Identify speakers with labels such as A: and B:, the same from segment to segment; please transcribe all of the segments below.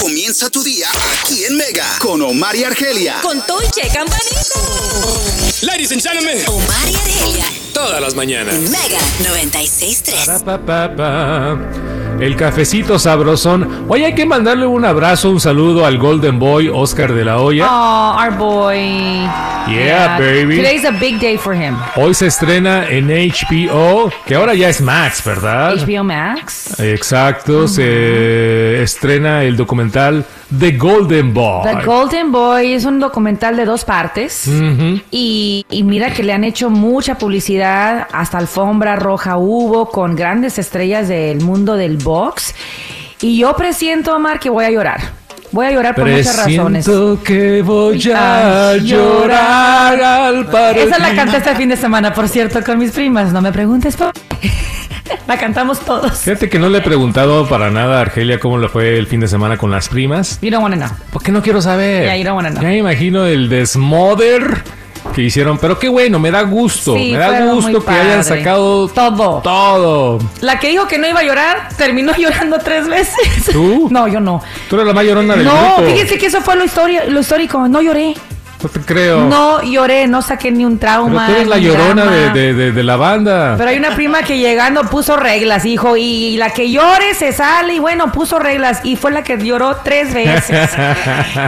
A: Comienza tu día aquí en Mega con Omar y Argelia.
B: Con todo y che campanita.
C: Ladies and gentlemen,
B: Omar y Argelia.
C: todas las mañanas.
B: en Mega 963.
D: Pa, pa, pa. El cafecito sabrosón. Oye, hay que mandarle un abrazo, un saludo al Golden Boy Oscar de la Hoya.
E: Oh, our boy.
D: Yeah, baby. Ah.
E: Today's a big day for him.
D: Hoy se estrena en HBO, que ahora ya es Max, ¿verdad?
E: HBO Max.
D: Exacto, se estrena el documental The Golden Boy.
E: The Golden Boy es un documental de dos partes y, y mira que le han hecho mucha publicidad, hasta alfombra roja hubo con grandes estrellas del mundo del box y yo presiento, Omar, que voy a llorar. Voy a llorar por muchas razones.
D: Presiento que voy a
E: Ay,
D: llorar al parecer.
E: Esa la canté este fin de semana, por cierto, con mis primas. No me preguntes por qué. La cantamos todos.
D: Fíjate que no le he preguntado para nada a Argelia cómo le fue el fin de semana con las primas.
E: You don't wanna know.
D: ¿Por qué no quiero saber?
E: Yeah, you don't wanna know.
D: Ya me imagino el desmoder que hicieron, pero qué bueno, me da gusto,
E: Sí,
D: me da
E: fueron
D: gusto
E: muy
D: que hayan
E: padre.
D: sacado
E: Todo.
D: todo.
E: La que dijo que no iba a llorar terminó llorando tres veces.
D: ¿Tú?
E: No, yo no.
D: Tú eres la más llorona del
E: No,
D: grupo.
E: fíjense que eso fue lo, histori- lo histórico. No lloré.
D: No te creo.
E: No lloré, no saqué ni un
D: pero
E: trauma.
D: tú eres la
E: ni
D: llorona
E: drama.
D: de, de- de- de la banda.
E: Pero hay una prima que llegando puso reglas, hijo, y la que llore se sale, y bueno, puso reglas, y fue la que lloró tres veces.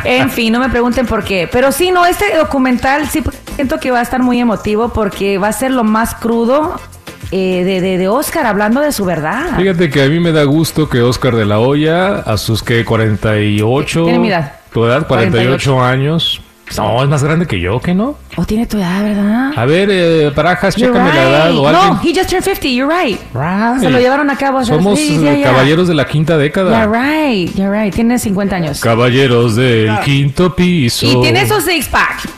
E: en fin, no me pregunten por qué. Pero sí, no, este documental sí pues, siento que va a estar muy emotivo porque va a ser lo más crudo eh, de, de, de Oscar hablando de su verdad.
D: Fíjate que a mí me da gusto que Oscar de la Hoya, a sus que 48.
E: Tiene mi edad.
D: Tu edad, 48,
E: 48.
D: años. No, es más grande que yo, ¿qué no?
E: O tiene tu edad, ¿verdad?
D: A ver, eh, Barajas,
E: You're
D: chécame la
E: right.
D: edad o alguien.
E: No, he just turned 50, you're right.
D: Right.
E: Se lo llevaron a cabo. hace-
D: Somos
E: sí, yeah,
D: eh,
E: yeah.
D: caballeros de la quinta década.
E: Yeah, right, you're right. Tiene 50 años.
D: Caballeros del quinto piso.
E: Y tiene esos six pack.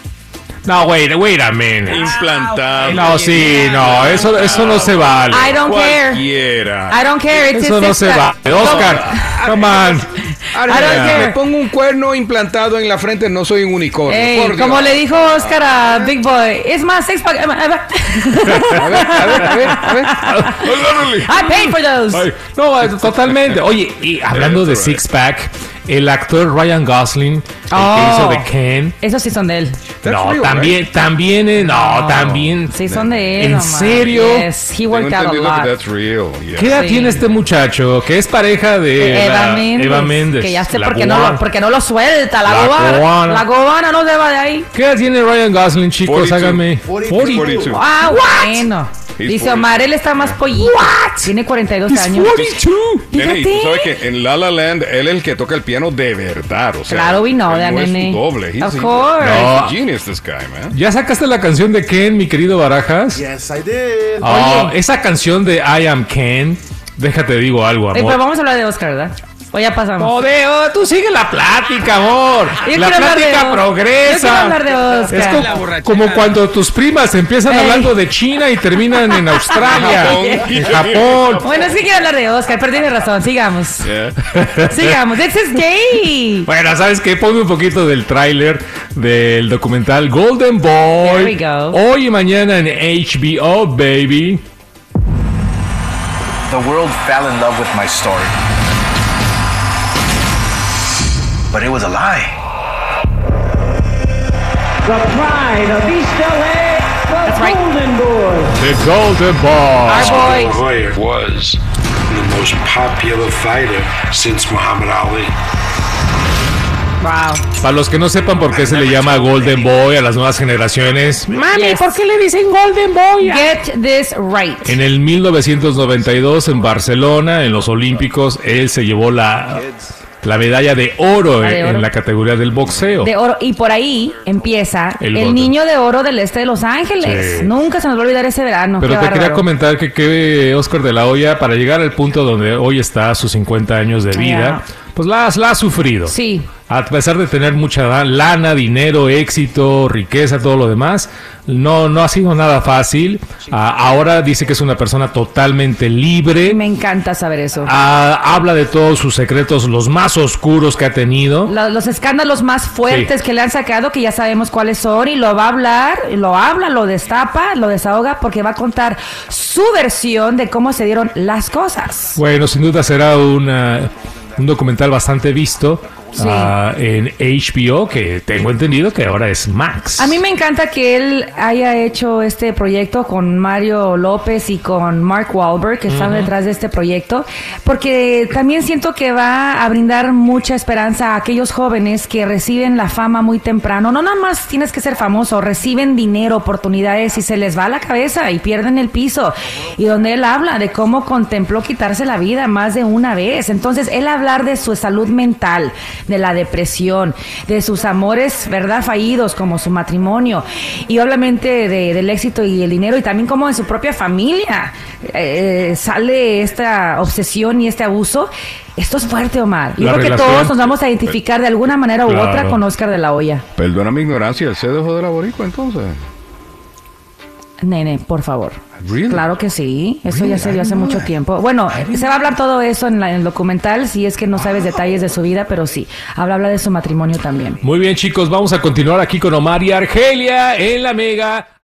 D: No, wait, wait a minute.
C: Implantable.
D: Ah, No, sí, no, eso, eso no se vale.
E: I don't Ah, care.
C: Cualquiera.
E: I don't care. It's
D: Eso
E: his
D: no Ah,
E: six
D: se
E: pack.
D: vale. Oscar, come on.
E: I don't
F: Me
E: care.
F: pongo un cuerno implantado en la frente, no soy un unicornio.
E: Ey,
F: por Dios.
E: como le dijo Oscar a Big Boy, es más six pack.
F: A ver, a ver, a ver, a ver.
E: I paid for those.
D: Ay, No, eh, totalmente. Oye, y hablando de Six Pack, el actor Ryan Gosling, el que
E: Oh.
D: hizo de Ken.
E: Esos sí son de él.
F: That's
D: No,
F: real,
D: también, también, eh, no, también.
E: Sí son de él.
D: ¿En
E: Omar.
D: serio?
E: Yes, he
F: Tengo
E: worked out a
F: entendido que
E: lot.
F: that's real. yeah.
D: ¿Qué edad
E: Sí.
D: tiene este muchacho? Que es pareja de
E: Eh, Eva
D: la-
E: Méndez.
D: Eva Méndez,
E: Que ya sé
D: la
E: por qué no,
D: cubana.
E: lo- porque no lo suelta. La,
D: La
E: cubana.
D: cubana.
E: La cubana no se va de ahí.
D: ¿Qué edad tiene Ryan Gosling, chicos?
F: 42.
D: Háganme.
F: 42. 42.
E: Ah, bueno.
F: He's
E: Dice
F: 42.
E: Omar, él está más pollito. Tiene 42 años.
F: Nene, y tú
E: Fíjate.
F: sabes que en La La Land él es el que toca el piano de verdad, o sea.
E: Claro, we know
F: él
E: that,
F: no es
E: nene.
F: tu doble. He's,
E: Of
F: he's-
E: course.
F: he's a
D: No.
F: genius, this guy, man.
D: ¿Ya sacaste la canción de Ken, mi querido Barajas?
A: Yes, I did.
D: Ah, esa canción de I Am Ken, déjate digo algo,
E: Eh, pero
D: amor.
E: vamos a hablar de Oscar, ¿verdad? O ya pasamos.
D: Joder, oh, tú sigue la plática, amor.
E: Yo
D: la
E: quiero hablar de
D: plática
E: Os-
D: progresa.
E: yo quiero hablar de Oscar.
D: Es como, como cuando tus primas empiezan
E: Ey.
D: hablando de China y terminan en Australia, en Japón.
E: Bueno, es que quiero hablar de Oscar, pero tiene razón. Sigamos.
F: Yeah.
E: Sigamos. This is gay.
D: Bueno, ¿sabes qué? Ponme un poquito del tráiler del documental Golden
E: There
D: Boy.
E: we go.
D: Hoy y mañana en HBO, baby.
G: The world fell in love with my story. But it was a lie.
E: That's right.
D: The Golden Boy.
E: Our boy.
H: Hoyer was the most popular fighter since Muhammad Ali.
E: Wow.
D: Para los que no sepan por qué se le llama Golden Boy a las nuevas generaciones,
E: Mami, ¿por qué le dicen Golden Boy? Get this right.
D: en el 1992 en Barcelona, en los Olímpicos, él se llevó la, la medalla de oro,
E: La Ah, de
D: en-
E: oro.
D: en la categoría del boxeo.
E: De oro. Y por ahí empieza
D: El
E: el,
D: Golden.
E: niño de oro del este de Los Ángeles.
D: Sí.
E: Nunca se nos va a olvidar ese verano.
D: Pero
E: qué
D: te quería
E: bárbaro.
D: comentar que, que Oscar de la Hoya, para llegar al punto donde hoy está a sus 50 años de vida,
E: Ya.
D: pues la, has- la ha sufrido.
E: Sí.
D: A pesar de tener mucha da- lana, dinero, éxito, riqueza, todo lo demás, no, no ha sido nada fácil. Ah, ahora dice que es una persona totalmente libre.
E: Me encanta saber eso.
D: Ah, habla de todos sus secretos, los más oscuros que ha tenido.
E: Lo- los escándalos más fuertes
D: Sí.
E: que le han sacado, que ya sabemos cuáles son, y lo va a hablar, y lo habla, lo destapa, lo desahoga, porque va a contar su versión de cómo se dieron las cosas.
D: Bueno, sin duda será una- un documental bastante visto
E: Sí.
D: ah, en HBO, que tengo entendido que ahora es Max.
E: A mí me encanta que él haya hecho este proyecto con Mario López y con Mark Wahlberg, que están detrás de este proyecto, porque también siento que va a brindar mucha esperanza a aquellos jóvenes que reciben la fama muy temprano. No nada más tienes que ser famoso, reciben dinero, oportunidades y se les va la cabeza y pierden el piso. Y donde él habla de cómo contempló quitarse la vida más de una vez. Entonces, él hablar de su salud mental, de la depresión, de sus amores, ¿verdad? Fallidos, como su matrimonio. Y obviamente de- del éxito y el dinero, y también como en su propia familia eh, sale esta obsesión y este abuso. Esto es fuerte, Omar. Yo
D: La
E: creo que
D: relación-
E: todos nos vamos a identificar de alguna manera u
D: Claro.
E: otra con Oscar de la Hoya.
F: Perdona mi ignorancia, él se dejó de la boricua entonces.
E: Nene, por favor.
F: Really?
E: Claro que sí. Eso ya se
F: Really?
E: dio hace
F: I
E: mucho
F: know. Oh.
E: tiempo. Bueno, se va a hablar todo eso en, la- en el documental, si es que no sabes detalles de su vida, pero sí. Habla, habla de su matrimonio también.
D: Muy bien, chicos, vamos a continuar aquí con Omar y Argelia en la Mega.